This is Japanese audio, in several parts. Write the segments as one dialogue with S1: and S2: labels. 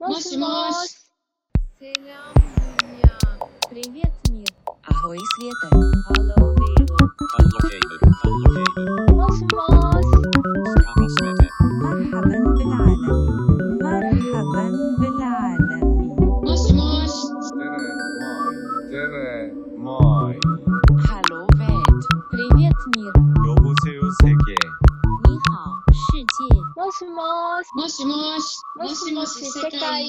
S1: もしもし。
S2: Selam dünya.
S1: Привет, мир.
S3: Ahoj světe.
S2: Hello world.
S4: Unlocated. Unlocated.
S1: もしもし。
S4: Skava Svete.
S3: Marhaban bil alamin. Marhaban bil alamin.
S1: もしもし。
S5: Tere moj, tere moj.
S3: Hallo Welt.
S1: Привет, мир.
S5: Yobuseyo seke.
S3: 你好，世界。
S1: もしもし。
S2: もしもし。
S1: もしもし世界。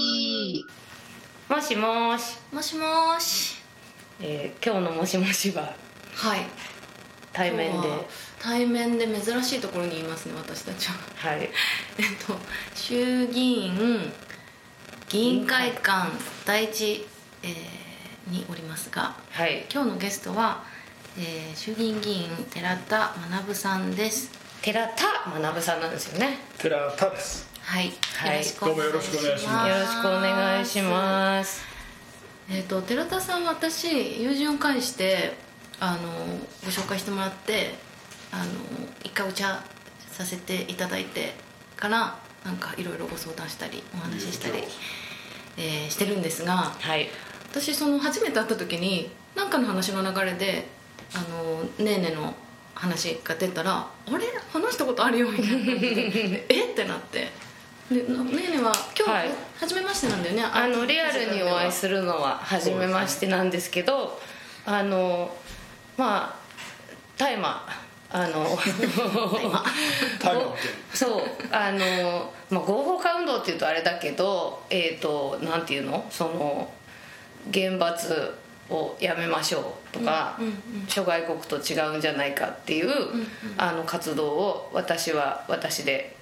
S6: もしもし、
S7: もしもし
S6: えー今日のもしもしは
S7: はい
S6: 対面
S7: 今
S6: で
S7: 日は対面で珍しいところにいますね私たちは
S6: はい
S7: えっと衆議院議員会館第一、えーにおりますが
S6: はい
S7: 今日のゲストは、えー衆議院議員寺田学さんです
S6: 寺田学さんなんですよね
S8: 寺田です
S7: はい、
S6: はい
S7: よろしくお願いし
S6: よ
S7: ま
S6: ろしくお願いします
S7: えっと寺田さん私友人を介してあのご紹介してもらってあの一回お茶させていただいてからなんかいろいろご相談したりお話ししたり、えーしてるんですが
S6: はい
S7: 私その初めて会った時に何かの話の流れで「あのねえねえ」の話が出たら「あれ話したことあるよ」みたいな感じで「えっ?」て なって。でねえねえは今日、
S6: はい
S7: 初めましてなんだよね
S6: あのリアルにお会いするのは初めましてなんですけどあのまあ大麻あの
S8: 大麻
S6: そうあの、まあ、合法化運動っていうとあれだけどえっ、となんていうのその厳罰をやめましょうとか、
S7: うんうん
S6: 諸外国と違うんじゃないかっていう、あの活動を私は私で、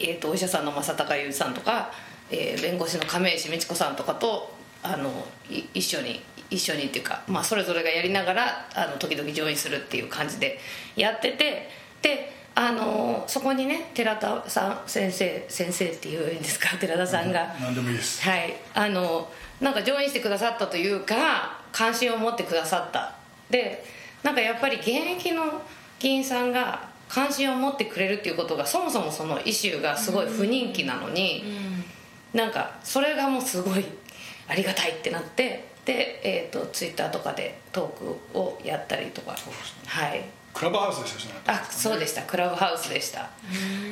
S6: えー、とお医者さんの正隆裕二さんとか、えー弁護士の亀石美智子さんとかとあのい一緒に一緒にっていうか、まあ、それぞれがやりながらあの時々上院するっていう感じでやっててであのそこにね寺田さん先生先生っていうんですか寺田さんが。
S8: 何でもいいです
S6: はい、あのなんか上演してくださったというか関心を持ってくださったでなんかやっぱり現役の議員さんが関心を持ってくれるっていうことがそもそもそのイシューがすごい不人気なのに、なんかそれがもうすごいありがたいってなってで、えー、とツイッターとかでトークをやったりとか、はい、
S8: クラブハウスですよね
S6: あそうでしたクラブハウスでした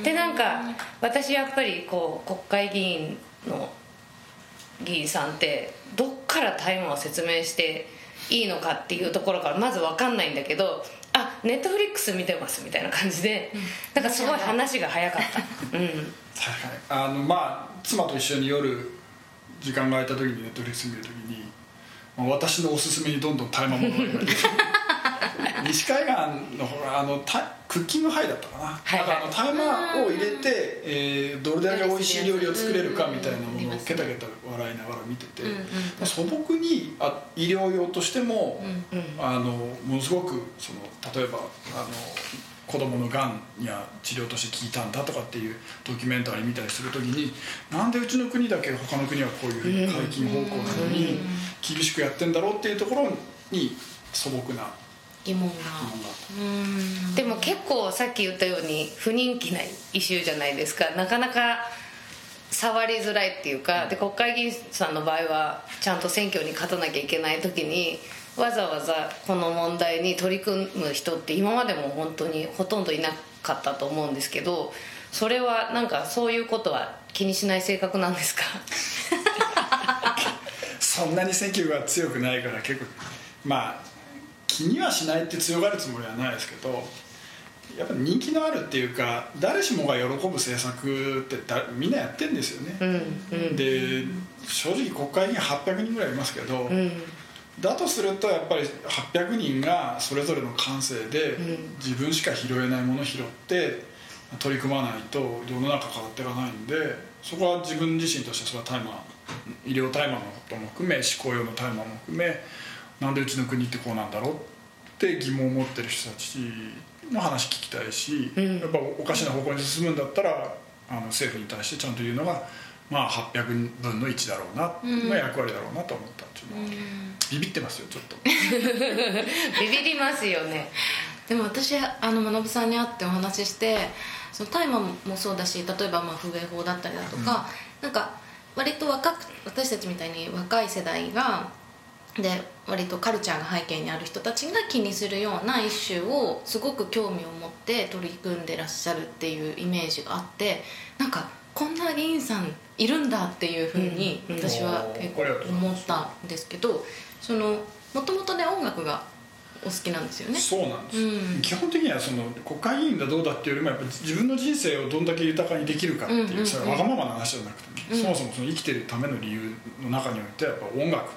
S6: でなんか私やっぱりこう国会議員の議員さんってどっから大麻を説明していいのかっていうところからまず分かんないんだけどあネットフリックス見てますみたいな感じでなんかすごい話が早かったうん
S8: 確かにあのまあ妻と一緒に夜時間が空いた時にネットフリックス見る時にもう私のおすすめにどんどん大麻物が言われて 西海岸のほらあのたクッキングハイだったかな、
S6: はいはい
S8: だからあの大麻を入れて、えーどれだけ美味しい料理を作れるかみたいなものをケタケタ笑いながら見てて、
S7: うんうん
S8: 素朴にあ医療用としても、あのものすごくその例えばあの子供のがんには治療として効いたんだとかっていうドキュメンタリー見たりするときになんでうちの国だけ他の国はこういう解禁方向なのに厳しくやってんだろうっていうところに素朴な
S7: 疑問が
S8: 疑問があっ
S7: うん
S6: でも結構さっき言ったように不人気なイシューじゃないですかなかなか触りづらいっていうかで国会議員さんの場合はちゃんと選挙に勝たなきゃいけない時にわざわざこの問題に取り組む人って今までも本当にほとんどいなかったと思うんですけどそれはなんかそういうことは気にしない性格なん ですか
S8: たそんなに選挙が強くないから結構まあ気にはしないって強がるつもりはないですけどやっぱり人気のあるっていうか誰しもが喜ぶ政策ってだみんなやってんですよね、
S6: うんうん
S8: で正直国会議員800人ぐらいいますけど、
S6: うん
S8: だとするとやっぱり800人がそれぞれの感性で
S6: ん
S8: 自分しか拾えないものを拾って取り組まないと世の中変わっていかないんでそこは自分自身としてそれは大麻医療大麻のことも含め思考用の大麻も含めなんでうちの国ってこうなんだろうって疑問を持ってる人たちの話聞きたいし、
S6: うん
S8: やっぱおかしな方向に進むんだったらあの政府に対してちゃんと言うのが。まあ、800分の1だろうな、の役割だろうなと思ったっていうのはビビってますよちょっと
S6: ビビりますよね
S7: でも私あの学さんに会ってお話ししてその大麻もそうだし例えばまあ不衛法だったりだとか、なんか割と若く私たちみたいに若い世代がで割とカルチャーが背景にある人たちが気にするような一種をすごく興味を持って取り組んでらっしゃるっていうイメージがあってなんかこんな議員さんいるんだっていうふうに
S6: うん
S7: 私は結構思ったんですけどそのもともとね音楽がお好きなんですよね。
S8: そうなんです、
S7: うん
S8: 基本的にはその国会議員だどうだっていうよりもやっぱ自分の人生をどんだけ豊かにできるかっていう、
S7: うんうんうん
S8: それはわがままな話じゃなくてね、
S7: うん
S8: そもそもその生きてるための理由の中においてやっぱ音楽っていうのはもう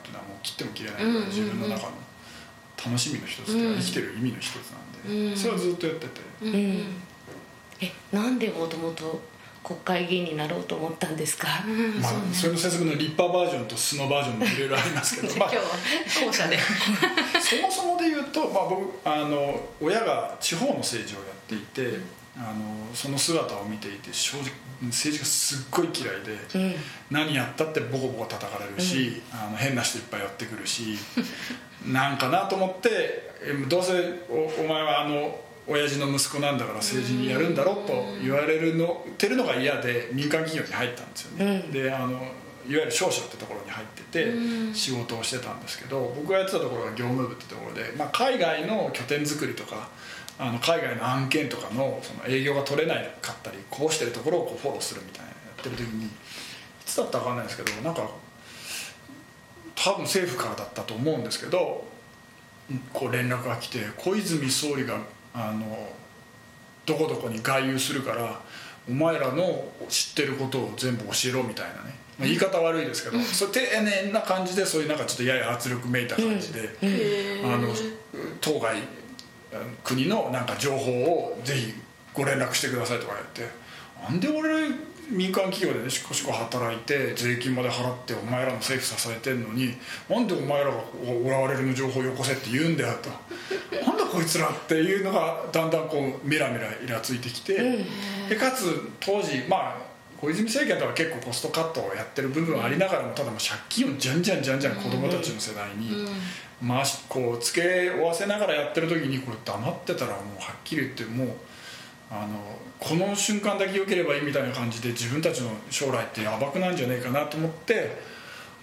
S8: 切っても切れないから、
S7: うんうんうん
S8: 自分の中の楽しみの一つで、
S7: うん
S8: 生きてる意味の一つなんで、
S7: うん
S8: それはずっとやってて。
S7: うん
S6: えなんでもともと国会議員になろうと思ったんですか、
S8: まあ、それの制作の立派バージョンと素のバージョンもいろいろあります けど、まあ
S7: 今日、は校舎で。
S8: そもそもで言うと、まあ、僕あの親が地方の政治をやっていてあのその姿を見ていて正直政治がすっごい嫌いで、
S6: うん
S8: 何やったってボコボコ叩かれるし、あの変な人いっぱい寄ってくるしなんかなと思ってえどうせおお前はあの親父の息子なんだから政治にやるんだろと言われるのてるのが嫌で民間企業に入ったんですよね、
S6: うん
S8: であのいわゆる商社ってところに入ってて仕事をしてたんですけど僕がやってたところが業務部ってところで、まあ、海外の拠点作りとかあの海外の案件とかのその営業が取れないかったりこうしてるところをこうフォローするみたいなのやってる時に。いつだったかわかんないですけどなんか多分政府からだったと思うんですけどこう連絡が来て小泉総理があのどこどこに外遊するからお前らの知ってることを全部教えろみたいなね、まあ、言い方悪いですけど、それ丁寧な感じでそういうなんかちょっとやや圧力めいた感じで。あの当該国のなんか情報をぜひご連絡してくださいとか言ってなんで俺民間企業でねしこしこ働いて税金まで払ってお前らの政府支えてんのになんでお前らがオラわれるの情報をよこせって言うんだよとなんだこいつらっていうのがだんだんこうメラメライラついてきて、でかつ当時まあ小泉政権とは結構コストカットをやってる部分はありながらもただもう借金をじゃんじゃんじゃんじゃん子供たちの世代に。まあ、こう付け合わせながらやってる時にこれ黙ってたらもうはっきり言ってもうあのこの瞬間だけ良ければいいみたいな感じで自分たちの将来ってやばくなんじゃねえかなと思って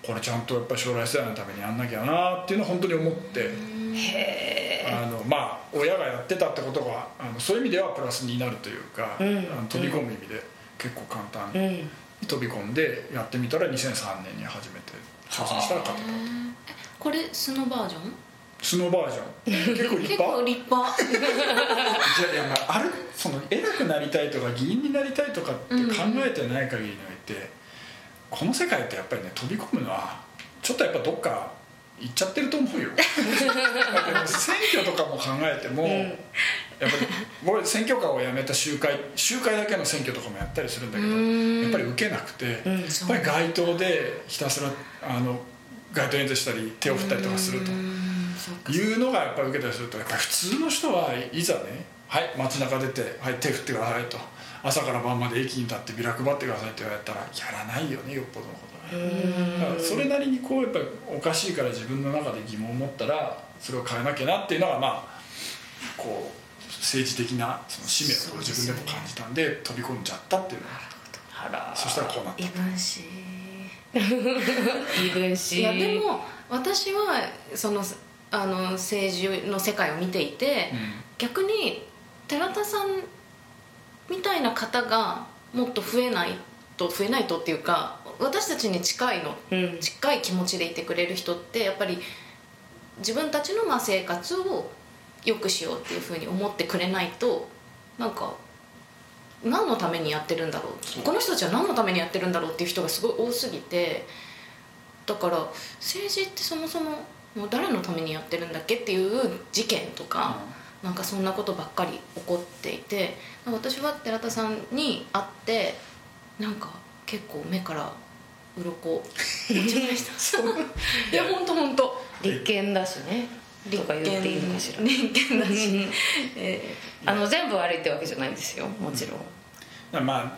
S8: これちゃんとやっぱり将来世代のためにやんなきゃなっていうのは本当に思ってあのまあ親がやってたってことがあのそういう意味ではプラスになるというか、
S6: ん
S8: あの飛び込む意味で結構簡単
S6: う
S8: に
S6: ん
S8: 飛び込んでやってみたら2003年に初めて挑戦した方だ
S7: これ素のバージョン
S8: スノーバージョン結構立
S7: 結
S8: 派
S7: 構立派
S8: じゃあいやまああるその偉くなりたいとか議員になりたいとかって考えてない限りにおいて、この世界ってやっぱりね飛び込むのはちょっとやっぱどっか行っちゃってると思うよだって選挙とかも考えても、やっぱり僕選挙カーを辞めた集会集会だけの選挙とかもやったりするんだけどやっぱり受けなくて、やっぱり街頭でひたすらあの街頭演説したり手を振ったりとかすると。いうのがやっぱり受けたりするとやっぱり普通の人はいざねはい街中出て「はい手振ってください」と「朝から晩まで駅に立ってビラ配ってください」って言われたらやらないよねよっぽどのことはねだからそれなりにこうやっぱりおかしいから自分の中で疑問を持ったらそれを変えなきゃなっていうのがまあこう政治的なその使命を自分でも感じたんで飛び込んじゃったっていうのが
S6: あら
S8: そしたらこうなった
S7: 異分子
S6: 身分子
S7: いやでも私はそのあの政治の世界を見ていて、逆に寺田さんみたいな方がもっと増えないと増えないとっていうか私たちに近いの
S6: うん
S7: 近い気持ちでいてくれる人ってやっぱり自分たちのまあ生活を良くしようっていうふうに思ってくれないとなんか何のためにやってるんだろうこの人たちは何のためにやってるんだろうっていう人がすごい多すぎてだから政治ってそもそももう誰のためにやってるんだっけっていう事件とか、なんかそんなことばっかり起こっていてなんか私は寺田さんに会ってなんか結構目から鱗落ちましたいや本当本当
S6: 立憲だしねとか言っていいのかしら
S7: 立憲だし、
S6: あの全部悪いってわけじゃないんですよもちろん
S8: だからまあ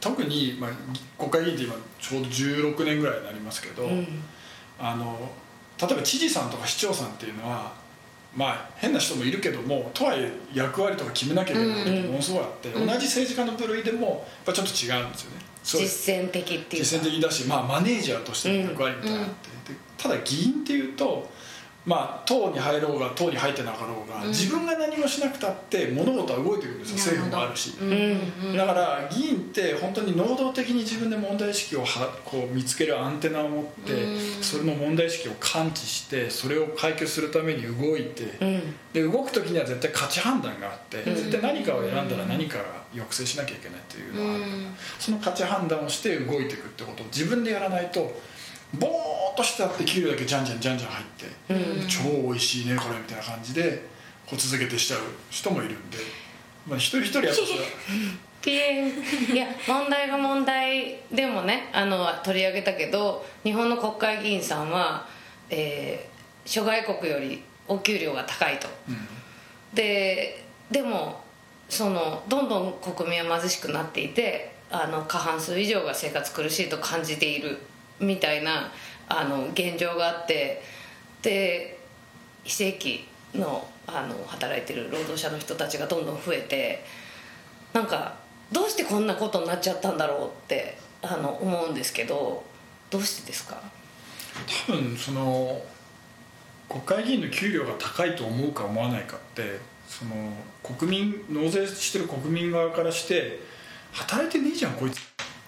S8: 特に、まあ、国会議員って今ちょうど16年ぐらいになりますけど、
S6: うん
S8: あの例えば知事さんとか市長さんっていうのはまあ変な人もいるけどもとはいえ役割とか決めなきゃいけないことってものすごいあって、同じ政治家の部類でもやっぱちょっと違うんですよねそう
S6: 実践的っていうか
S8: 実践的だし、まあ、マネージャーとしての役割みたいなのがあって、でただ議員っていうと、まあ、党に入ろうが党に入ってなかろうが、自分が何もしなくたって物事は動いてくるんですよ政府もあるし、だから議員って本当に能動的に自分で問題意識をはこう見つけるアンテナを持って、それの問題意識を感知してそれを解決するために動いて。
S6: うん
S8: で動く時には絶対価値判断があって、絶対何かを選んだら何かが抑制しなきゃいけないというのがあるから、その価値判断をして動いていくってことを自分でやらないとボーっとしてたって給料だけじゃんじゃんじゃんじゃん入って、超美味しいねこれみたいな感じでこう続けてしちゃう人もいるんで、まあ、一人一人やっぱ それは
S6: ピエンいや問題が問題でもねあの取り上げたけど日本の国会議員さんは、えー諸外国よりお給料が高いと、ででもそのどんどん国民は貧しくなっていてあの過半数以上が生活苦しいと感じているみたいなあの現状があってで非正規のあの働いてる労働者の人たちがどんどん増えてなんかどうしてこんなことになっちゃったんだろうってあの思うんですけどどうしてですか
S8: 多分その国会議員の給料が高いと思うか思わないかってその国民納税してる国民側からして働いてねえじゃんこいつっ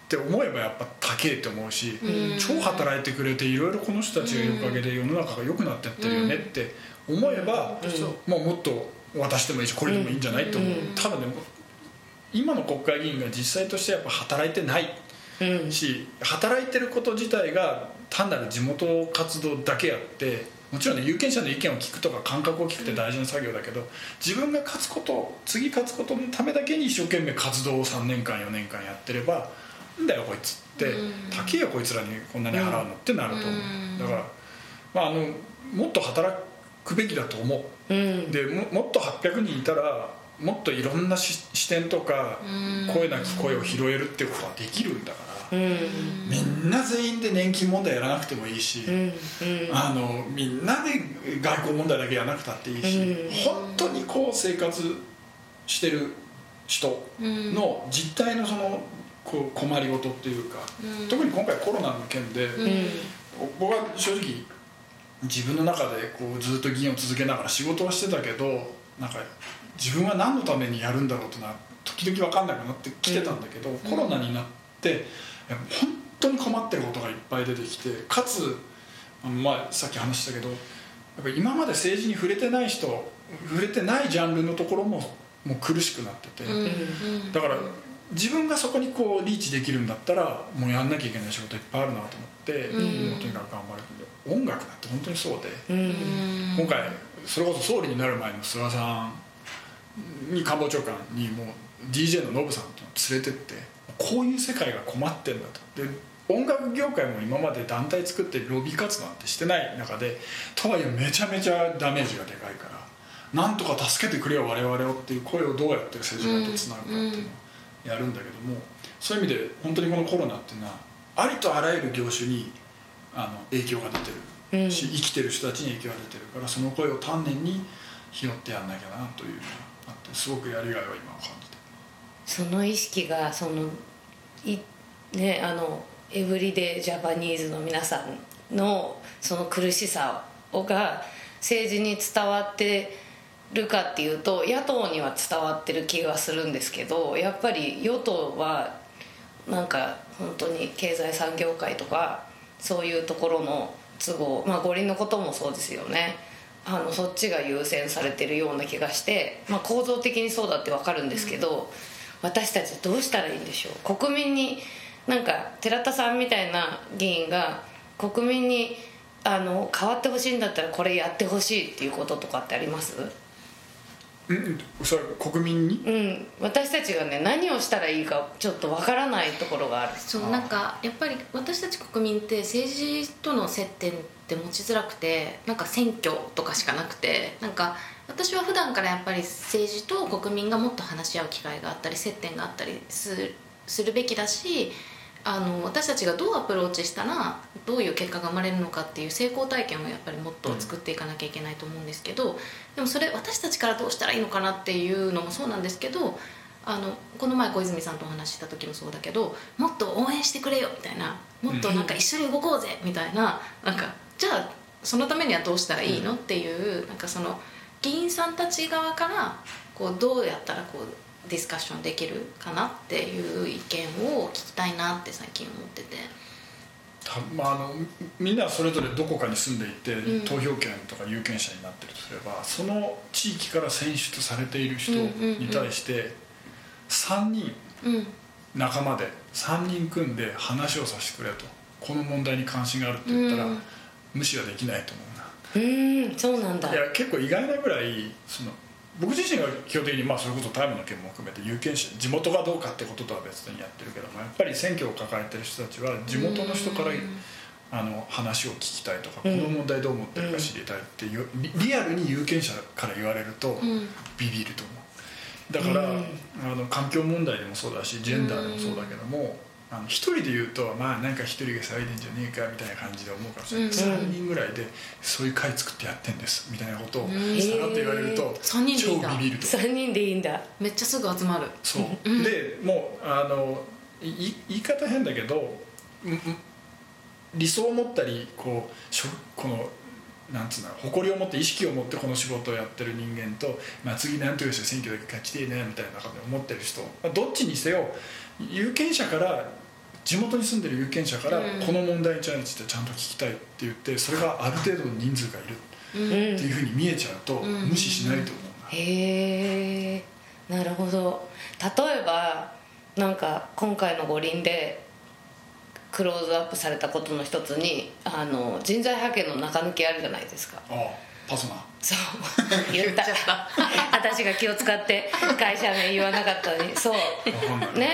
S8: て思えばやっぱ高えって思うし超働いてくれていろいろこの人たちがいるおかげで世の中が良くなってってるよねって思えば、まあ、もっと渡してもいいしこれでもいいんじゃないと思う、ただね今の国会議員が実際としてやっぱ働いてない
S6: うん
S8: し働いてること自体が単なる地元活動だけやってもちろんね有権者の意見を聞くとか感覚を聞くって大事な作業だけど自分が勝つこと次勝つことのためだけに一生懸命活動を3年間4年間やってれば「んだよこいつ」って「高えよこいつらにこんなに払うの」ってなると思うだから、まあ、あのもっと働くべきだと思う。
S6: うん
S8: でももっと800人いたらもっといろんなし視点とか声なき声を拾えるっていうことはできるんだから、
S6: うん
S8: みんな全員で年金問題やらなくてもいいし、
S6: うん
S8: あのみんなで外交問題だけやらなくたっていいし、
S6: うん
S8: 本当にこう生活してる人の実態のそのこう困りごとっていうか、特に今回コロナの件で、
S6: うん
S8: 僕は正直自分の中でこうずっと議員を続けながら仕事はしてたけどなんか自分は何のためにやるんだろうとな時々分かんなくなってきてたんだけど、コロナになっていや本当に困ってることがいっぱい出てきてかつあのまあさっき話したけどやっぱり今まで政治に触れてない人触れてないジャンルのところももう苦しくなってて。だから自分がそこにこうリーチできるんだったらもうやんなきゃいけない仕事いっぱいあるなと思って、もうとにかく頑張る音楽だって本当にそうで、
S6: うん
S8: 今回それこそ総理になる前の菅さんに官房長官にもう DJ のノブさんっていうのを連れてってこういう世界が困ってんだとで音楽業界も今まで団体作ってロビー活動なんてしてない中でとはいえめちゃめちゃダメージがでかいからなんとか助けてくれよ我々をっていう声をどうやって政治家とつなぐかっていうのをやるんだけどもそういう意味で本当にこのコロナっていうのはありとあらゆる業種にあの影響が出てるし、生きてる人たちに影響が出てるからその声を丹念に拾ってやんなきゃなというのがあってすごくやりがいは今は感じて
S6: その意識がそのいねあのエブリデイジャパニーズの皆さんのその苦しさをが政治に伝わってるかっていうと野党には伝わってる気がするんですけどやっぱり与党はなんか本当に経済産業界とかそういうところの都合まあ五輪のこともそうですよねあのそっちが優先されてるような気がして、まあ、構造的にそうだってわかるんですけど、私たちどうしたらいいんでしょう国民になんか寺田さんみたいな議員が国民にあの変わってほしいんだったらこれやってほしいっていうこととかってあります
S8: うんそれ国民に
S6: うん、私たちがね何をしたらいいかちょっとわからないところがある
S7: そうなんかやっぱり私たち国民って政治との接点って持ちづらくてなんか選挙とかしかなくてなんか私は普段からやっぱり政治と国民がもっと話し合う機会があったり接点があったりするするべきだしあの私たちがどうアプローチしたらどういう結果が生まれるのかっていう成功体験をやっぱりもっと作っていかなきゃいけないと思うんですけどでもそれ私たちからどうしたらいいのかなっていうのもそうなんですけどあのこの前小泉さんとお話しした時もそうだけどもっと応援してくれよみたいなもっとなんか一緒に動こうぜみたいななんかじゃあそのためにはどうしたらいいのっていうなんかその議員さんたち側からこうどうやったらこうディスカッションできるかなっていう意見を聞きたいなって最近思ってて。
S8: たまあ、あのみみんなそれぞれどこかに住んでいて、
S7: うん
S8: 投票権とか有権者になってるとすればその地域から選出されている人に対して3人
S7: うん
S8: 仲間で3人組んで話をさせてくれとこの問題に関心があるって言ったら、
S7: うん
S8: 無視はできないと思うな。
S6: うんそうなんだ
S8: いや結構意外なぐらいその僕自身が基本的にまあそれこそタイムの件も含めて有権者地元がどうかってこととは別にやってるけどもやっぱり選挙を抱えてる人たちは地元の人からあの話を聞きたいとかこ
S6: うん
S8: の問題どう思ってるか知りたいっていうリリアルに有権者から言われると
S7: うん
S8: ビビると思うだから、
S6: うん
S8: あの環境問題でもそうだしジェンダーでもそうだけども、あの一人で言うとまあなんか一人が騒いでんじゃねえかみたいな感じで思うかもしれない、
S7: うん
S8: 3人ぐらいでそういう会作ってやってんですみたいなことを
S7: ん
S8: さらっと言われると超
S7: 三人でいいんだ
S8: ビビると
S6: 3人でいいんだ
S7: めっちゃすぐ集まる
S8: そう、でもうあのいい言い方変だけどうんうん理想を持ったりこうしょこのなんつうんだろう誇りを持って意識を持ってこの仕事をやってる人間と、まあ、次何という人選挙だけ勝ちてえねみたいな中で思ってる人、まあ、どっちにせよ有権者から地元に住んでる有権者から
S7: うん
S8: この問題にチャレンジしてちゃんと聞きたいって言ってそれがある程度の人数がいる
S6: うん
S8: っていうふうに見えちゃうと
S7: ん
S8: 無視しないと思うな。
S6: へえなるほど例えばなんか今回の五輪でクローズアップされたことの一つにあの人材派遣の中抜きあるじゃないですか
S8: ああパソナ
S6: そう 言った私が気を使って会社名言わなかったのにそう
S8: わかんない
S6: ね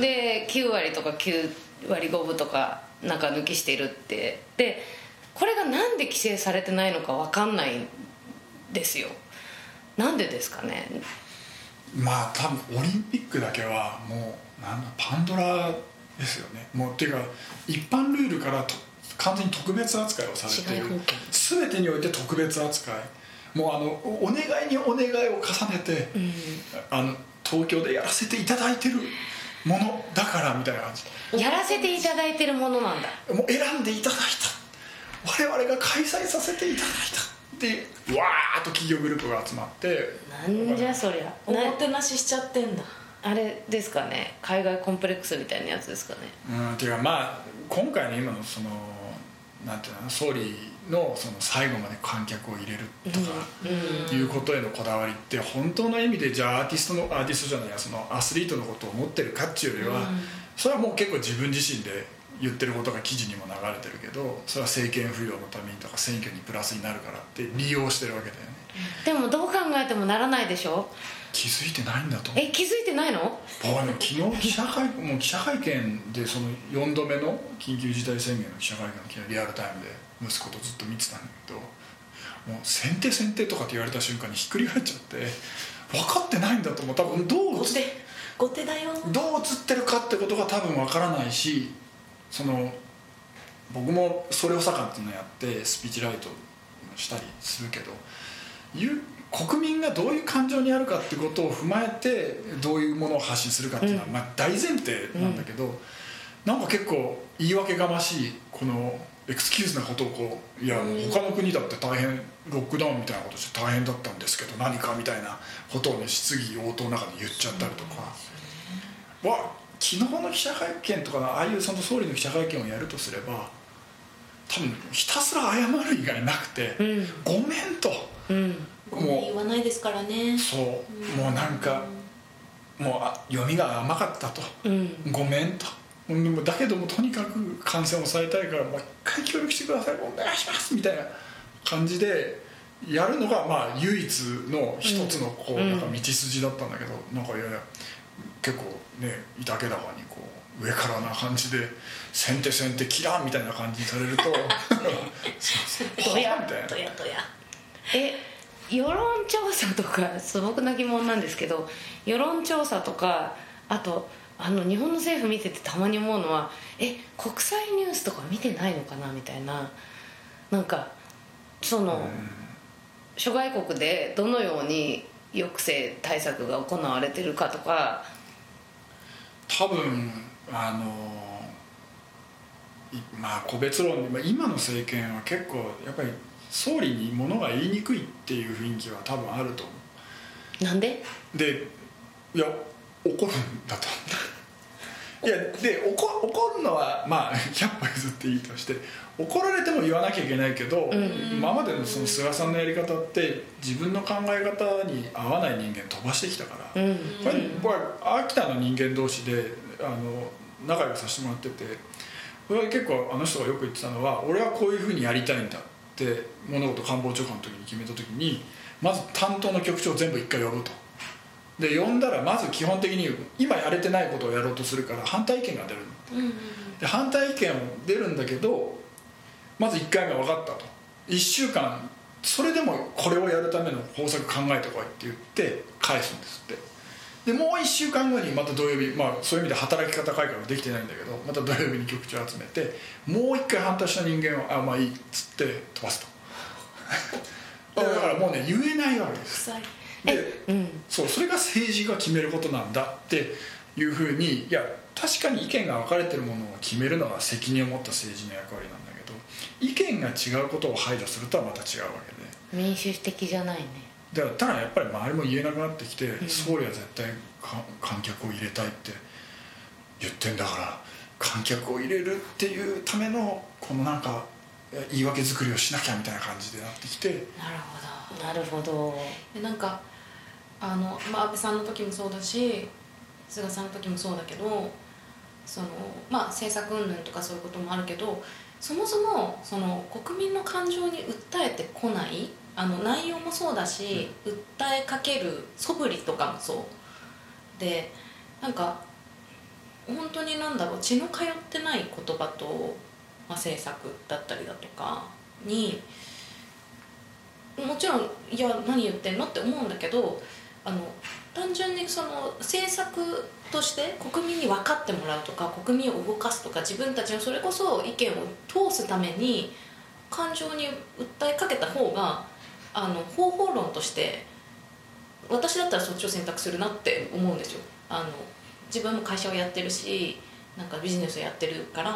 S6: で9割とか9割5分とか中抜きしてるってでこれがなんで規制されてないのか分かんないんですよなんでですかね
S8: まあ多分オリンピックだけはもうなんだパンドラですよねもうっていうか一般ルールからと完全に特別扱いをされている
S7: 違い保険
S8: 全てにおいて特別扱いもうあのおお願いにお願いを重ねて、あの東京でやらせていただいてるものだからみたいな感じ
S6: やらせていただいてるものなんだ
S8: もう選んでいただいた我々が開催させていただいたでわーっと企業グループが集まって
S6: なんじゃそりゃ
S9: おも
S6: な
S9: てなししちゃってんだ
S6: あれですかね海外コンプレックスみたいなやつですかね
S8: うんていうかまあ今回の今のそのなんていうの総理のその最後まで観客を入れるとか、いうことへのこだわりって本当の意味でじゃあアーティストのアーティストじゃないやそのアスリートのことを思ってるかっていうよりは、それはもう結構自分自身で言ってることが記事にも流れてるけどそれは政権浮揚のためにとか選挙にプラスになるからって利用してるわけだよね
S6: でもどう考えてもならないでしょ
S8: 気づいてないんだと思う
S6: え気づいてないの
S8: 僕あの昨日記者会もう記者会見でその4度目の緊急事態宣言の記者会見を昨日リアルタイムで息子とずっと見てたんだけどもう先手先手とかって言われた瞬間にひっくり返っちゃって分かってないんだと思う多分どう映
S9: 後手後手だよ
S8: どう映ってるかってことが多分分からないしその僕もそれをさかっていうのやってスピーチライトしたりするけどゆ国民がどういう感情にあるかってことを踏まえてどういうものを発信するかっていうのは、まあ、大前提なんだけど、なんか結構言い訳がましいこのエクスキューズなことをこういやもう他の国だって大変ロックダウンみたいなことして大変だったんですけど何かみたいなことをね質疑応答の中で言っちゃったりとか。わ昨日の記者会見とかのああいうその総理の記者会見をやるとすれば多分ひたすら謝る以外なくて「
S6: ん
S8: ごめん」と
S6: うん
S8: も
S9: 言わないですからね
S8: うそうもうなんかもうあ読みが甘かったと
S6: うん
S8: 「ごめん」と。でもだけどもとにかく感染を抑えたいからもう一回協力してくださいお願いしますみたいな感じでやるのがまあ唯一の一つのこ
S6: う
S8: う
S6: ん
S8: なんか道筋だったんだけどなんかいやいや結構ねいたけだかにこう上からな感じで先手先手キラーみたいな感じにされ るとそうそう
S6: どや
S8: はあみたいな
S9: とやとや
S6: え世論調査とか素朴な疑問なんですけど世論調査とかあとあの日本の政府見ててたまに思うのはえ国際ニュースとか見てないのかなみたいななんかその、諸外国でどのように抑制対策が行われてるかとか
S8: 多分あのいまあ個別論で、まあ、今の政権は結構やっぱり総理に物が言いにくいっていう雰囲気は多分あると思
S6: なんで
S8: うでいや怒るんだと思ういやで怒怒るのはまあ100歩譲っていいとして怒られても言わなきゃいけないけど、
S6: ん
S8: 今までのその菅さんのやり方って自分の考え方に合わない人間飛ばしてきたから、
S6: うん
S8: これ僕は秋田の人間同士であの仲良くさせてもらってて俺は結構あの人がよく言ってたのは俺はこういうふうにやりたいんだって物事官房長官の時に決めた時にまず担当の局長を全部一回呼ぶとで呼んだらまず基本的に今やれてないことをやろうとするから反対意見が出るので反対意見を出るんだけどまず1回目は分かったと1週間それでもこれをやるための方策考えてこいって言って返すんですってでもう1週間後にまた土曜日、まあ、そういう意味で働き方改革はできてないんだけどまた土曜日に局長集めてもう一回反対した人間を「あまあいい」っつって飛ばすとだからもうね言えないわけです
S7: 臭い
S8: で
S6: うん
S8: そうそれが政治が決めることなんだっていうふうにいや確かに意見が分かれてるものを決めるのは責任を持った政治の役割なんだけど意見が違うことを排除するとはまた違うわけで。
S6: 民主的じゃないね
S8: だからただやっぱり周りも言えなくなってきて、総理は絶対か観客を入れたいって言ってんだから観客を入れるっていうためのこのなんかえ言い訳作りをしなきゃみたいな感じでなってきて
S7: なるほ
S6: なるほど
S7: どでなんかあの、まあ、安倍さんの時もそうだし菅さんの時もそうだけどそのまあ政策云々とかそういうこともあるけどそもそもその国民の感情に訴えてこないあの内容もそうだし、訴えかける素振りとかもそうでなんか本当になんだろう血の通ってない言葉と、まあ、政策だったりだとかにもちろんいや何言ってんのって思うんだけどあの単純にその政策として国民に分かってもらうとか国民を動かすとか自分たちのそれこそ意見を通すために感情に訴えかけた方があの方法論として私だったらそっちを選択するなって思うんですよ。あの自分も会社をやってるしなんかビジネスをやってるから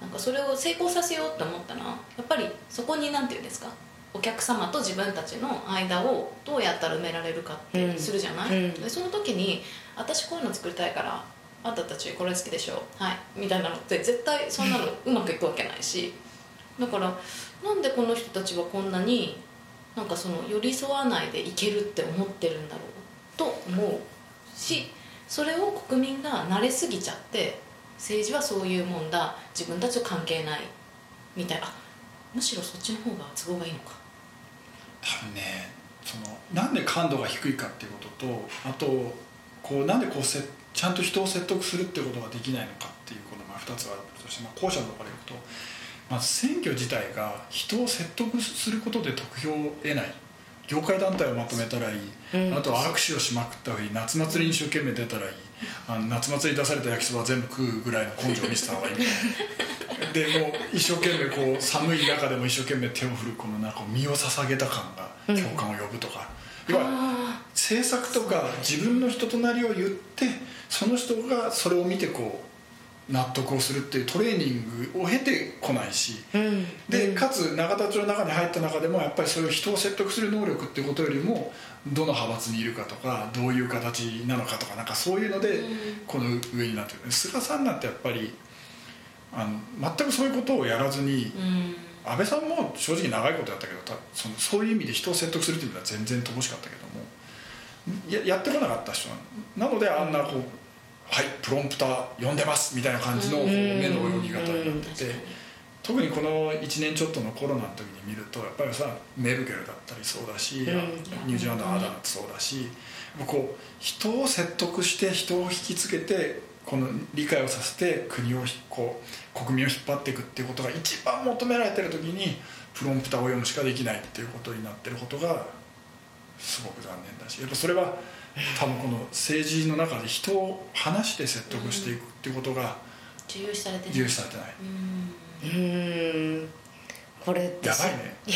S7: なんかそれを成功させようって思ったらやっぱりそこに何て言うんですかお客様と自分たちの間をどうやったら埋められるかってするじゃない、
S6: うんうん
S7: でその時に私こういうの作りたいからあんたたちこれ好きでしょはいみたいなのって絶対そんなのうまくいくわけないしだからなんでこの人たちはこんなになんかその寄り添わないでいけるって思ってるんだろうと思うしそれを国民が慣れすぎちゃって政治はそういうもんだ自分たちと関係ないみたいなあむしろそっちの方が都合がいいのか
S8: 多分ねそのなんで感度が低いかっていうこととあとこうなんでこうせちゃんと人を説得するってことができないのかっていうこのまあ2つはあるとして、まあ、後者の方からいくと、まあ、選挙自体が人を説得することで得票を得ない業界団体をまとめたらいい、
S6: うん
S8: あとは握手をしまくった方がいい夏祭りに一生懸命出たらいいあの夏祭りに出された焼きそばは全部食うぐらいの根性を見せた方がいいみたいな。でもう一生懸命こう寒い中でも一生懸命手を振るこのなんか身を捧げた感が共感を呼ぶとか、要は政策とか自分の人となりを言ってその人がそれを見てこう納得をするっていうトレーニングを経てこないし、
S6: うん
S8: でかつ永田町の中に入った中でもやっぱりそういう人を説得する能力っていうことよりもどの派閥にいるかとかどういう形なのかとかなんかそういうのでこの上になってる菅さんなんてやっぱりあの全くそういうことをやらずに
S7: うん
S8: 安倍さんも正直長いことやったけどたそのそういう意味で人を説得するという意味では全然乏しかったけどもややってこなかった人なのなのであんなこう「はいプロンプター呼んでます」みたいな感じのこう目の泳ぎ方になってて特にこの1年ちょっとのコロナの時に見るとやっぱりさメルケルだったりそうだし、ニュージーランドのアダムってそうだしやっぱこう人を説得して人を引きつけてこの理解をさせて国をひこう国民を引っ張っていくっていうことが一番求められてる時にプロンプターを読むしかできないっていうことになってることがすごく残念だしやっぱそれは多分この政治の中で人を話して説得していくっていうことが
S7: 重要視されて
S8: 重
S7: る
S8: 視されてない
S6: うんうんこれって
S8: やばいね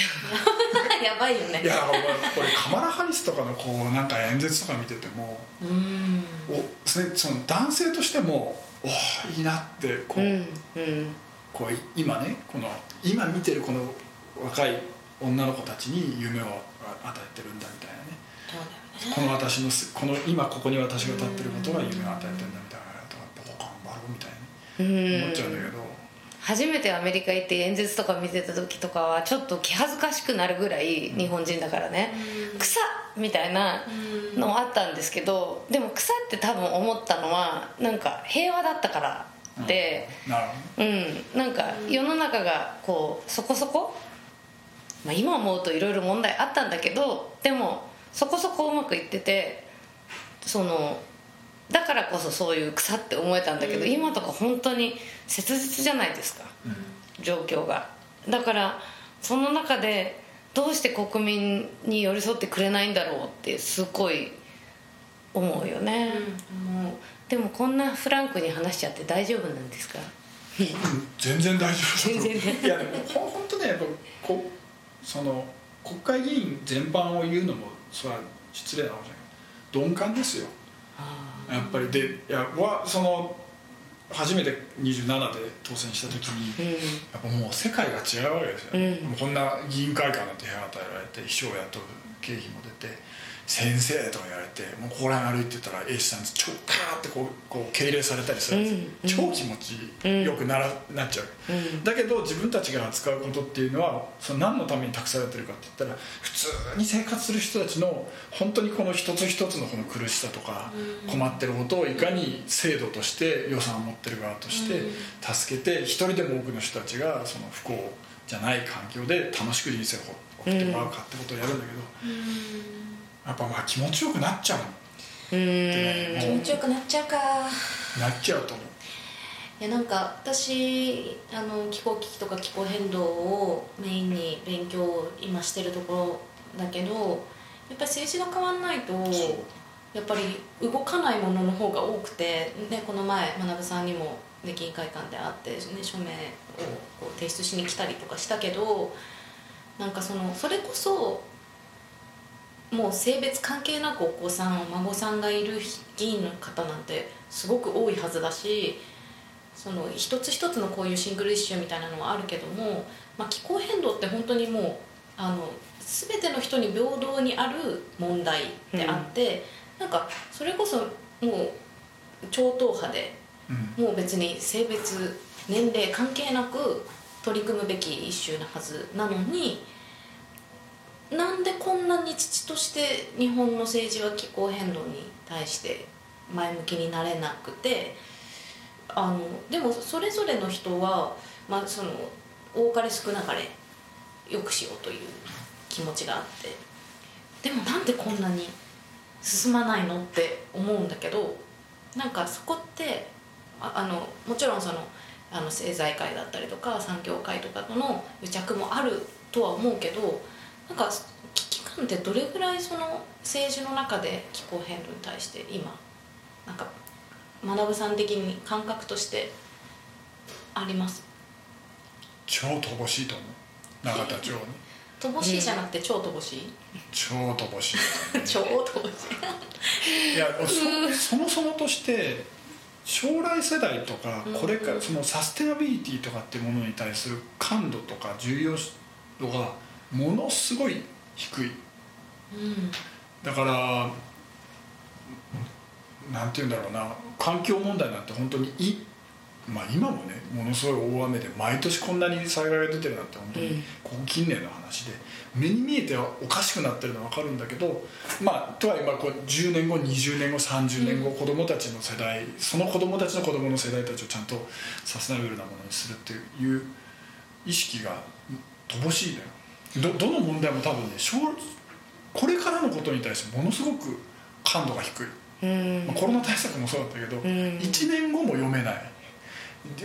S7: やばいよね
S8: いやだから俺俺カマラ・ハリスとかのこうなんか演説とか見てても
S7: うん
S8: おそれその男性としてもおーいいなってこ
S6: う
S8: う,、
S6: んうん
S8: こうい今ねこの今見てるこの若い女の子たちに夢を与えてるんだみたいなね
S7: そうだよね
S8: この私のすこの今ここに私が立ってることが夢を与えてるんだみたいなと思って頑張ろうみたいなね思っちゃうんだけど、
S6: 初めてアメリカ行って演説とか見てた時とかはちょっと気恥ずかしくなるぐらい日本人だからね「草!」みたいなのあったんですけどでも「草」って多分思ったのはなんか平和だったからで、
S8: なるほどね
S6: うん、なんか世の中がこうそこそこ、まあ、今思うといろいろ問題あったんだけどでもそこそこうまくいっててそのだからこそそういう草って思えたんだけど、今とか本当に切実じゃないですか、状況がだからその中でどうして国民に寄り添ってくれないんだろうってすごい思うよね、もうでもこんなフランクに話しちゃって大丈夫なんですか
S8: 全然大丈夫
S6: 全然大丈
S8: いやでもほん本当ねやっぱこその国会議員全般を言うのもそれは失礼なことじゃない鈍感ですよやっぱりでいやわその初めて27で当選した時に、
S6: うん
S8: やっぱもう世界が違うわけですよ、ね
S6: うん
S8: もうこんな議員会館なんて部屋与えられて秘書を雇う経費も出て先生とか言われてもうここら辺歩いてたら英史さんちょパーってこうこう敬礼されたりするんですよ、超気持ちよくなら、なっちゃう、だけど自分たちが扱うことっていうのはその何のために託されてるかって言ったら普通に生活する人たちの本当にこの一つ一つのこの苦しさとか困ってることをいかに制度として予算を持ってる側として助けて一人でも多くの人たちがその不幸じゃない環境で楽しく人生を送ってもらうかってことをやるんだけど、やっぱまあ気持ちよくなっちゃうってね
S7: 気
S8: もう
S7: 持ちよくなっちゃうか
S8: なっちゃうと思う
S7: いやなんか私あの気候危機とか気候変動をメインに勉強を今してるところだけどやっぱり政治が変わんないとやっぱり動かないものの方が多くて、ね、この前学さんにも、ね、議員会館で会って、ね、署名をこう提出しに来たりとかしたけどなんかそのそれこそもう性別関係なくお子さんお孫さんがいる議員の方なんてすごく多いはずだしその一つ一つのこういうシングルイッシュみたいなのはあるけども、まあ、気候変動って本当にもうあの全ての人に平等にある問題であって、なんかそれこそもう超党派で
S8: うん
S7: もう別に性別年齢関係なく取り組むべき一周なはずなのになんでこんなに父として日本の政治は気候変動に対して前向きになれなくてあのでもそれぞれの人は、まあ、その多かれ少なかれ良くしようという気持ちがあってでもなんでこんなに進まないのって思うんだけどなんかそこってああのもちろんそのあの政財界だったりとか産業界とかとの癒着もあるとは思うけどなんか危機感ってどれぐらいその政治の中で気候変動に対して今なんか学さん的に感覚としてあります
S8: 超乏しいと思う永田町に
S7: 乏しいじゃなくて超乏しい、
S8: 超乏しいと思う
S7: 超乏しい
S8: いやそそもそもとして将来世代とかこれからそのサステナビリティとかってものに対する感度とか重要度がものすごい低い
S7: うん
S8: だからなんて言うんだろうな環境問題なんて本当にいまあ今もねものすごい大雨で毎年こんなに災害が出てるなんて本当にここ近年の話で目に見えてはおかしくなってるのは分かるんだけどまあとはいえまあこう10年後20年後30年後子供たちの世代その子供たちの子供の世代たちをちゃんとサステナブルなものにするっていう意識が乏しいのよどどの問題も多分ね将これからのことに対してものすごく感度が低い、
S6: うん
S8: まあ、コロナ対策もそうだったけど、
S6: ん
S8: 1年後も読めない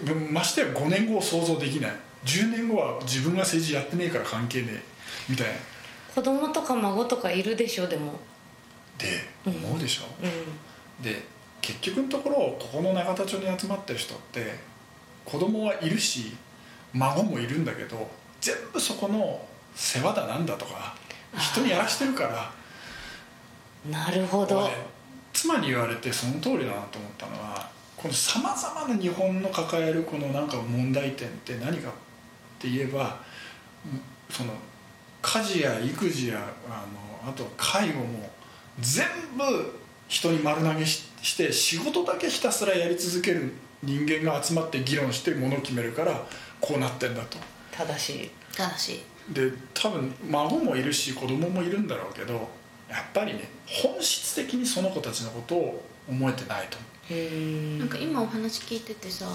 S8: でましてや5年後を想像できない10年後は自分が政治やってねえから関係ねえみたいな
S6: 子供とか孫とかいるでしょでも
S8: て思うでしょ、
S6: うん
S8: で結局のところここの永田町に集まってる人って子供はいるし孫もいるんだけど全部そこの世話だなんだとか人にやらしてるから
S6: なるほど
S8: 俺妻に言われてその通りだなと思ったのはこのさまざまな日本の抱えるこのなんか問題点って何かって言えばんその家事や育児やあのあとは介護も全部人に丸投げしして仕事だけひたすらやり続ける人間が集まって議論してものを決めるからこうなってんだと。
S6: 正しい
S7: 正しい
S8: で多分孫もいるし子供もいるんだろうけどやっぱりね本質的にその子たちのことを思えてないと
S6: うん
S7: なんか今お話聞いててさ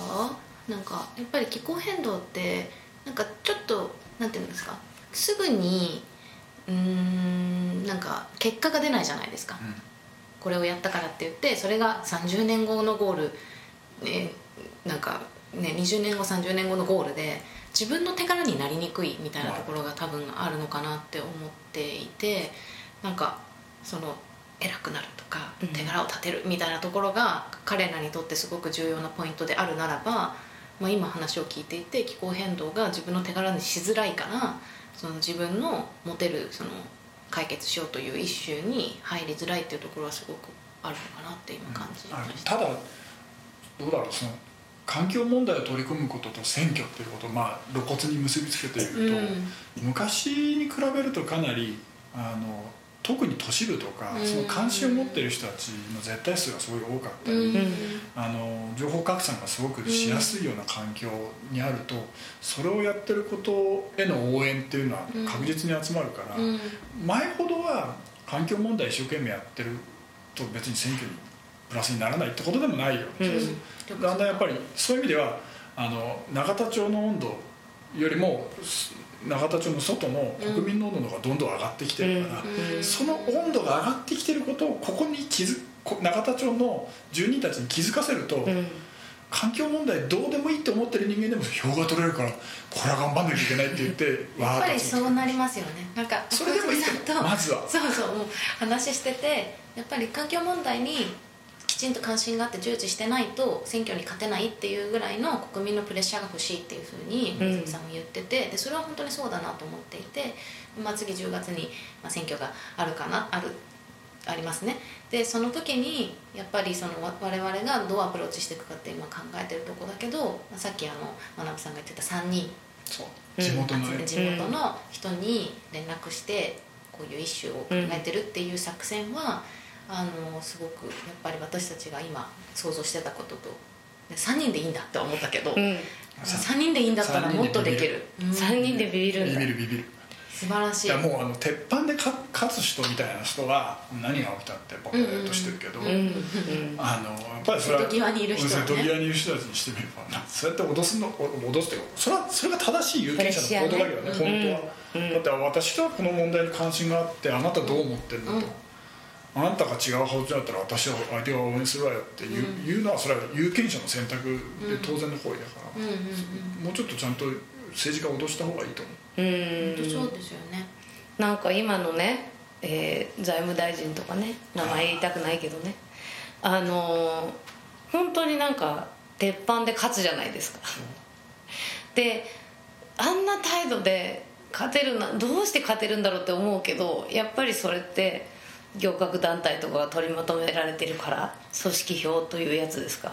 S7: なんかやっぱり気候変動ってなんかちょっとなんていうんですかすぐにうーんなんか結果が出ないじゃないですか、
S8: ん
S7: これをやったからって言ってそれが30年後のゴール、ね、なんか、ね、20年後30年後のゴールで自分の手柄になりにくいみたいなところが多分あるのかなって思っていてなんかその偉くなるとか
S6: うん
S7: 手柄を立てるみたいなところが彼らにとってすごく重要なポイントであるならば、まあ、今話を聞いていて気候変動が自分の手柄にしづらいからその自分の持てるその解決しようという一種に入りづらいっていうところはすごくあるのかなって今感じ
S8: あ
S7: ました。
S8: ただどうだろうその環境問題を取り組むことと選挙っていうことをまあ露骨に結びつけていうる
S7: ん
S8: と、昔に比べるとかなりあの特に都市部とか、
S7: うん
S8: その関心を持ってる人たちの絶対数がすごい多かったり、
S7: うん
S8: あの情報格差がすごくしやすいような環境にあると、それをやってることへの応援っていうのは
S7: うん
S8: 確実に集まるから、
S7: うん
S8: 前ほどは環境問題一生懸命やってると別に選挙にプラスにならないってことでもないよ、うな気がするだんだんやっぱりそういう意味ではあの永田町の温度よりもす永田町の外の国民の温度の方がどんどん上がってきてるから、
S7: うん
S8: その温度が上がってきてることをここに気づこ永田町の住人たちに気づかせると、
S6: うん
S8: 環境問題どうでもいいって思ってる人間でも票が取れるからこれは頑張んなきゃいけないって言って
S7: やっ
S8: わ
S7: ぱ
S8: ー
S7: り
S8: っと集
S7: そう
S8: め
S7: な
S8: て
S7: りますよねなんか
S8: それでもいい
S7: 小
S8: け
S7: 泉さ
S8: ど
S7: んと
S8: まずは
S7: そうそうもう話しててやっぱり環境問題にきちんと関心があって従事してないと選挙に勝てないっていうぐらいの国民のプレッシャーが欲しいっていうふうに
S6: うん
S7: 小泉さんも言っててでそれは本当にそうだなと思っていて、まあ、次10月にまあ選挙があるかなあるありますねでその時にやっぱりそのわ我々がどうアプローチしていくかって今考えてるとこだけど、まあ、さっきあのまなぶさんが言ってた3人
S8: そう
S6: うん
S8: 地元のね、
S7: 地元の人に連絡してこういうイシューを考えてるっていう作戦は、あのすごくやっぱり私たちが今想像してたことと3人でいいんだって思ったけど、
S6: うん
S7: 3人でいいんだったらもっとできる、うん
S6: 3人でビビるん
S8: ビ
S6: だ
S8: ビるビビる
S7: 素晴らし
S8: い
S7: い
S8: やもうあの鉄板でか勝つ人みたいな人は何が起きたってボケーっとしてるけど、
S6: うんうん
S8: あのやっぱりそれは
S7: 瀬戸際にいる人はね
S8: 瀬戸際にいる人たちにしてみればなそうやって脅すのお脅すっていうかそれはそれが正しい有権者の行動だけどね
S6: プレッシャーね
S8: 本当は、
S6: うん
S8: だって私はこの問題に関心があってあなたどう思ってるのと、あなたが違う方向だったら私は相手が応援するわよっていう,、いうのはそれは有権者の選択で当然の行為だから、
S7: うんうんうん
S8: もうちょっとちゃんと政治家を脅した方がいいと思
S6: う
S8: う
S6: ん
S7: 本当そうですよね
S6: なんか今のね、えー財務大臣とかね名前言いたくないけどねあのー本当になんか鉄板で勝つじゃないですかであんな態度で勝てるなどうして勝てるんだろうって思うけどやっぱりそれって行革団体とかが取りまとめられてるから組織票というやつですか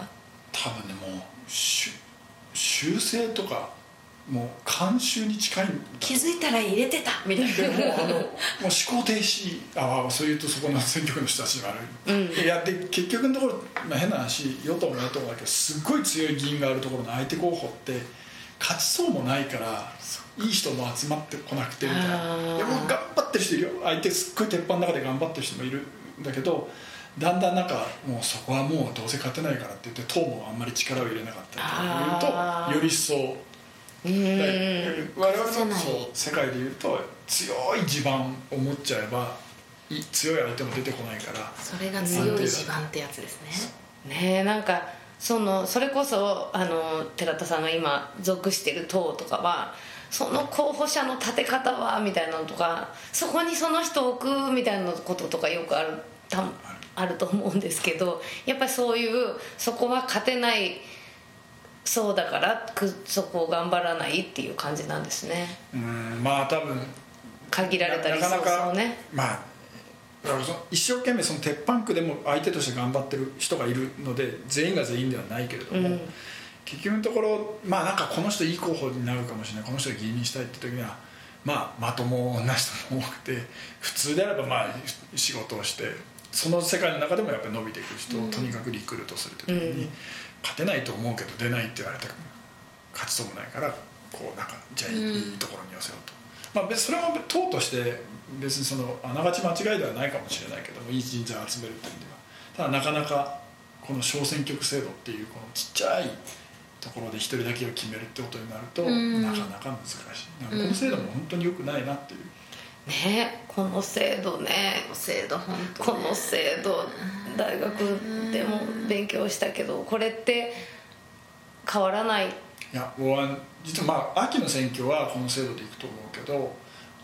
S8: 多分ねもうしゅ修正とかもう慣習に近いんだ
S7: 気づいたら入れてたみたいな
S8: でもうあのもう思考停止ああそういうとそこの選挙区の人たちが悪い、いやで結局のところ、まあ、変な話与党も野党もだけどすっごい強い議員があるところの相手候補って勝ちそうもないからいい人も集まってこなくてみたいな
S6: あー
S8: でも頑張ってる人いるよ相手すっごい鉄板の中で頑張ってる人もいるんだけどだんだんなんかもうそこはもうどうせ勝てないからって言って党もあんまり力を入れなかったりと
S6: あ
S8: か
S6: ー
S8: いうとより一層
S6: うーん
S8: 我々の
S7: ない
S8: そう世界でいうと強い地盤を持っちゃえばい強い相手も出てこないから
S7: それが強い地盤ってやつですね
S6: ねえなんかそのそれこそあの寺田さんが今属してる党とかはその候補者の立て方はみたいなのとかそこにその人を置くみたいなこととかよくあるたあると思うんですけどやっぱりそういうそこは勝てないそうだからくそこを頑張らないっていう感じなんですね
S8: うんまあ多分
S6: 限られたリソ
S8: なかな
S6: ース
S8: か
S6: をね
S8: まあだからその一生懸命その鉄板区でも相手として頑張ってる人がいるので全員が全員ではないけれども、
S6: うん
S8: 結局のところまあなんかこの人いい候補になるかもしれないこの人を議員にしたいって時には、まあ、まともな人も多くて普通であればまあ仕事をしてその世界の中でもやっぱり伸びていく人をとにかくリクルートするって時に、
S6: うん
S8: 勝てないと思うけど出ないって言われたら勝ちそうもないからこうなんかじゃあいい,、ところに寄せようと。まあ、別それも党として別にそのあながち間違いではないかもしれないけどもいい人材を集めるっていう意味ではただなかなかこの小選挙区制度っていうこのちっちゃいところで一人だけを決めるってことになると、
S7: ん
S8: なかなか難しいなんかこの制度も本当に良くないなっていう、
S6: ねこの制度ね
S7: 制度本当
S6: この制度大学でも勉強したけどこれって変わらない
S8: いや応援実はまあ秋の選挙はこの制度でいくと思うけど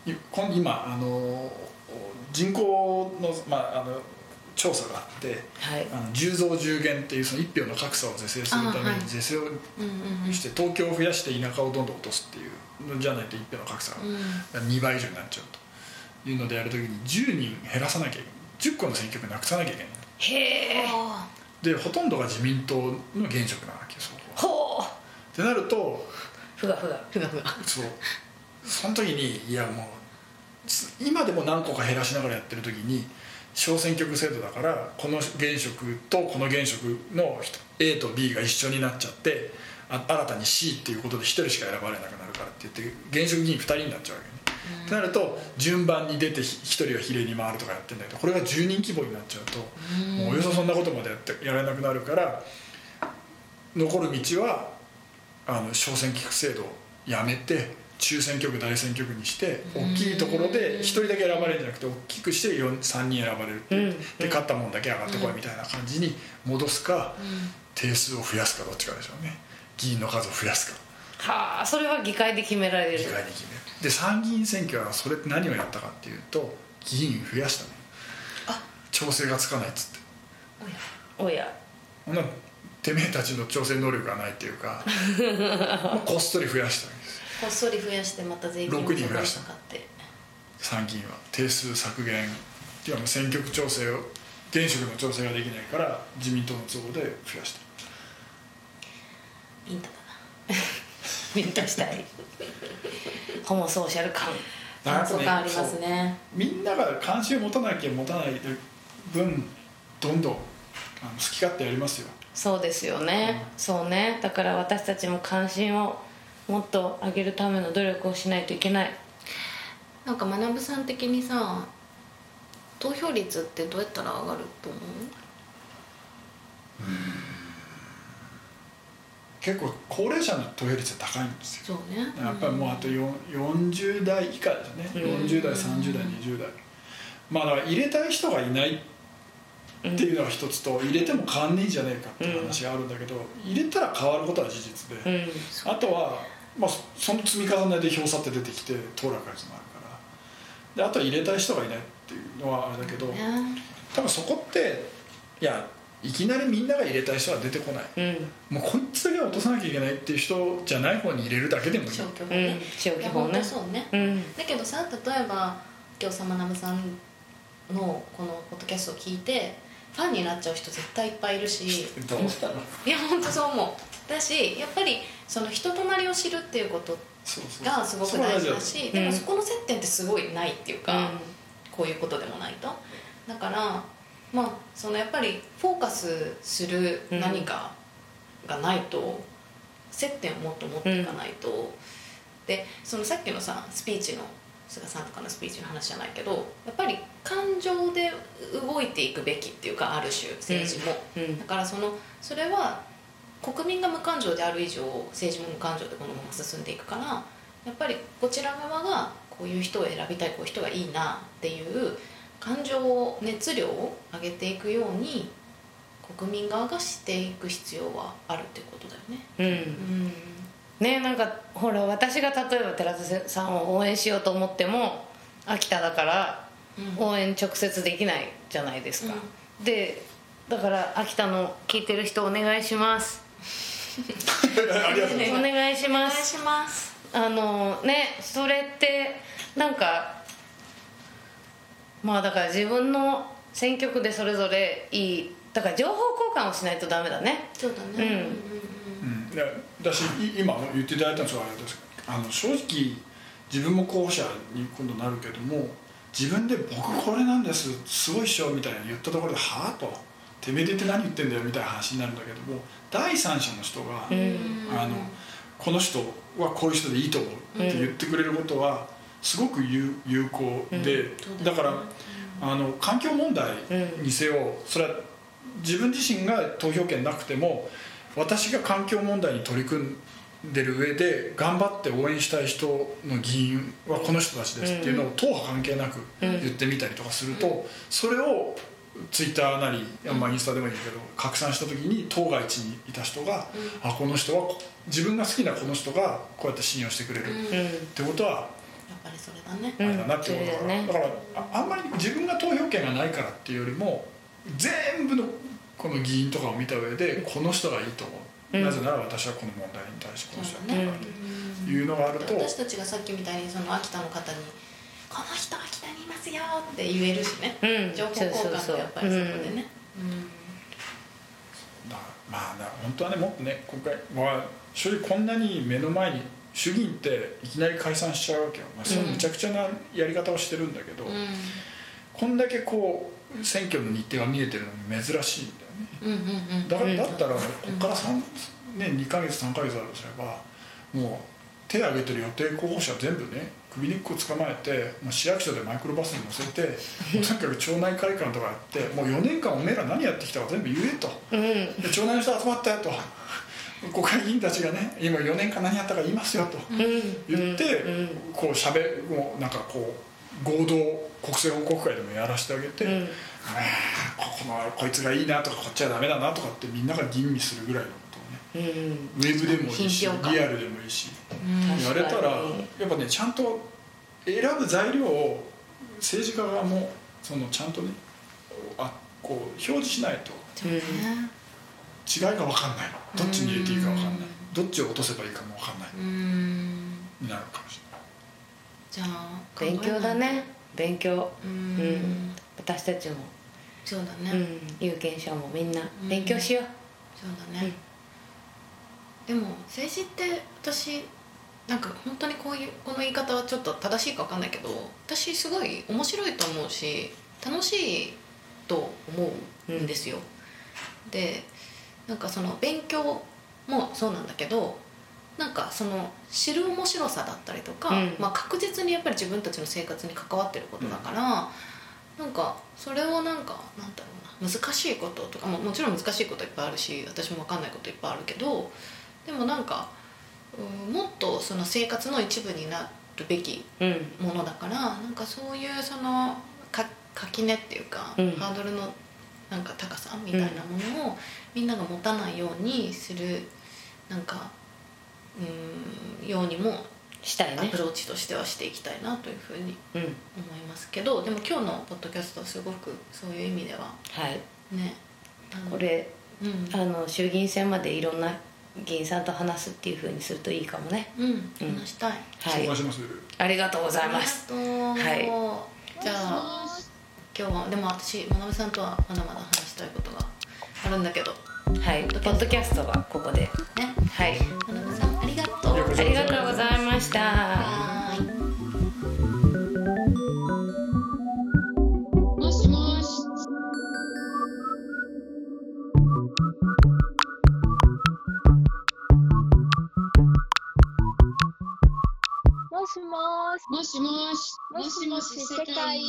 S8: い今今あの人口の,、まあ、あの調査があって
S6: はい
S8: あの10増10減っていうその1票の格差を是正するた
S7: あ
S8: め
S7: はい
S8: に是正を
S7: うんうん
S8: して東京を増やして田舎をどんどん落とすっていうのじゃないと一票の格差が2倍以上になっちゃうというのでやるときに10人減らさなきゃいけない10個の選挙区なくさなきゃいけない
S6: へえ
S8: でほとんどが自民党の現職なわけよそこは
S6: ほう
S8: ってなると
S6: ふがふがふがふが
S8: そうその時にいやもうつ今でも何個か減らしながらやってる時に小選挙区制度だからこの現職とこの現職の人 A と B が一緒になっちゃってあ新たに C っていうことで1人しか選ばれなくなるからって言って現職議員2人になっちゃうわけね。となると順番に出てひ1人は比例に回るとかやってんだけどこれが10人規模になっちゃうともうおよそそんなことまでやってやれなくなるから残る道はあの小選挙区制度をやめて中選挙区大選挙区にして大きいところで1人だけ選ばれるんじゃなくて大きくして4 3人選ばれるっていうで勝ったもんだけ上がってこいみたいな感じに戻すか定数を増やすかどっちかでしょうね議員の数を増やすか
S6: はあそれは議会で決められ
S8: 議
S6: る
S8: 会に決めるで参議院選挙はそれって何をやったかっていうと議員増やしたの調整がつかないっつって
S6: おや
S8: ほんならてめえたちの調整能力がないっていう かまあこっそり増やしたわけですよ
S7: こっそり増やしてまた税金
S8: 六人増やした
S7: かかって
S8: 参議院は定数削減っていうかもう選挙区調整を現職の調整ができないから自民党の都合で増やした
S7: インタだ
S6: ビンタしたいホモソーシャル感
S8: だか
S7: な
S8: らやっぱ
S7: そうかありますね
S8: みんなが関心を持たなきゃ持たない分どんどんあの好き勝手やりますよ
S6: そうですよね、そうねだから私たちも関心をもっと上げるための努力をしないといけない
S7: なんか学さん的にさ投票率ってどうやったら上がると思
S8: 結構高齢者の投票率は高いんですよ
S7: うそうね
S8: やっぱりもうあとよん40代以下ですね、40代30代20代まあだから入れたい人がいないっていうのが一つと入れても変わんねえんじゃねえかっていう話があるんだけど入れたら変わることは事実
S6: う
S8: で、
S6: ん
S8: あとは、まあ、そその積み重ねで票差って出てきて当落が決まるからであとは入れたい人がいないっていうのはあれだけど多分そこっていやいきなりみんなが入れたい人は出てこない
S6: うん
S8: もうこいつだけは落とさなきゃいけないっていう人じゃない方に入れるだけでもいい
S7: 消去法
S6: う
S7: ね
S6: ん、消
S7: い
S6: 去
S7: や
S6: 法
S7: 本当
S6: ね
S7: そうね
S6: うん
S7: だけどさ例えば今日さまなむさんのこのポッドキャストを聞いてファンになっちゃう人絶対いっぱいいるし
S8: どうしたの
S7: いや本当そう思うだしやっぱりその人となりを知るっていうこと
S8: そうそう
S7: がすごく大事だ
S8: そ
S7: し
S6: そう
S7: でも
S6: うん
S7: そこの接点ってすごいないっていうか、
S6: うん
S7: こういうことでもないとだからまあそのやっぱりフォーカスする何かがないと、接点をもっと持っていかないと、でそのさっきのさスピーチの菅さんとかのスピーチの話じゃないけどやっぱり感情で動いていくべきっていうかある種政治も、
S6: うんうん
S7: だからそのそれは国民が無感情である以上政治も無感情でこのまま進んでいくからやっぱりこちら側がこういう人を選びたいこういう人がいいなっていう感情を熱量を上げていくように国民側がしていく必要はあるっていうことだよね。
S6: うんねなんかほら私が例えば寺田さんを応援しようと思っても秋田だから応援直接できないじゃないですか、でだから秋田の聞いてる人お願いします
S8: ありがとうござい ます
S6: お願いし
S7: お
S6: ま
S7: 願い
S6: す
S7: します
S6: あのねそれってなんかまあだから自分の選曲でそれぞれいいだから情報交換をしないとダメだね
S7: そうだ
S6: うん
S7: ね、
S8: うんいやだしい今言っていただいたのはすごいあれですけどあの正直自分も候補者に今度なるけども自分で「僕これなんですすごいっしょ」みたいな言ったところで「はあ?」と「てめえでって何言ってんだよ」みたいな話になるんだけども第三者の人が、あのこの人はこういう人でいいと思うって言ってくれることはすごく有有効で、だから、あの環境問題にせよ、それは自分自身が投票権なくても私が環境問題に取り組んでる上で頑張って応援したい人の議員はこの人たちですっていうのを党派関係なく言ってみたりとかすると、それをツイッターなり、まあ、インスタでもいいけど拡散した時に当該地にいた人が、あこの人は自分が好きなこの人がこうやって信用してくれるっ
S6: うん
S8: てことは
S7: やっぱりそれだね
S8: あれだなって思うから、
S6: うん
S8: だからああんまり自分が投票権がないからっていうよりも全部のこの議員とかを見た上でこの人がいいと思う、
S6: うん
S8: なぜなら私はこの問題に対してこの人がいい
S6: うん
S8: というのがあると、
S7: 私たちがさっきみたいにその秋田の方に「この人秋田にいますよ」って言えるしね、
S6: うん
S7: 情報交換ってやっぱりそこでね、
S8: だまあな本当はねもっとね今回は正直こんなに目の前に衆議院っていきなり解散しちゃうわけよ、まあ、それむちゃくちゃなやり方をしてるんだけど、こんだけこう選挙の日程が見えてるのに珍しいんだよね。
S7: うんうんうん
S8: だからだったらここから3、ね、2ヶ月3ヶ月あるとすればもう手挙げてる予定候補者全部ね首に1個捕まえて、まあ、市役所でマイクロバスに乗せてもうとにかく町内会館とかやってもう4年間おめえら何やってきたか全部言えと
S6: うん
S8: で町内の人集まったよと国会議員たちがね今4年間何やったか言いますよと
S6: うん
S8: 言って、
S6: うん
S8: こうしゃべもうなんかこう合同国政報告会でもやらせてあげて、
S6: うん
S8: あーここのこいつがいいなとかこっちはダメだなとかってみんなが吟味するぐらいのことをね
S6: うん
S8: ウェブでもいいし
S6: 品評価
S8: リアルでもいいし
S6: 確か
S8: や
S6: に
S8: れたらやっぱねちゃんと選ぶ材料を政治家側もそのちゃんとねあこう表示しないと違いが分かんないどっちに入れていいか分かんないどっちを落とせばいいかも分かんない
S7: うん
S8: になるかもしれない
S7: じゃあ
S6: 勉強だね勉強
S7: う、
S6: うんん私たちも
S7: そうだね、
S6: うん有権者もみんな
S7: うん
S6: 勉強しよう
S7: そうだね、でも政治って私なんか本当にこういうこの言い方はちょっと正しいか分かんないけど私すごい面白いと思うし楽しいと思うんですよ、でなんかその勉強もそうなんだけどなんかその知る面白さだったりとか、
S6: うん
S7: まあ、確実にやっぱり自分たちの生活に関わってることだから、なんかそれをなんかなんだろうな難しいこととかももちろん難しいこといっぱいあるし私も分かんないこといっぱいあるけどでもなんかうんもっとその生活の一部になるべき
S6: うん
S7: ものだからなんかそういうそのか垣根っていうか、
S6: うん
S7: ハードルのなんか高さみたいなものをみんなが持たないようにするなんかうんようにも
S6: したい
S7: ア
S6: ね
S7: プローチとしてはしていきたいなというふうに
S6: うん
S7: 思いますけどでも今日のポッドキャストはすごくそういう意味では
S6: はい
S7: ね
S6: こ、れ
S7: うんうん
S6: あの衆議院選までいろんな議員さんと話すっていうふうにするといいかもね
S7: うん、話したい
S6: は
S8: お願
S6: い
S8: いします
S6: ありがとうございます
S7: ありがとう、じゃあ今日はでも私まなぶさんとはまだまだ話したいことがあるんだけど
S6: はいポッドキャストはここで
S7: ね
S6: はい
S7: まなぶさんありがとう
S6: ありがとうございました
S7: はい
S1: もしもし。もしもし。もしもし。もしもし世界。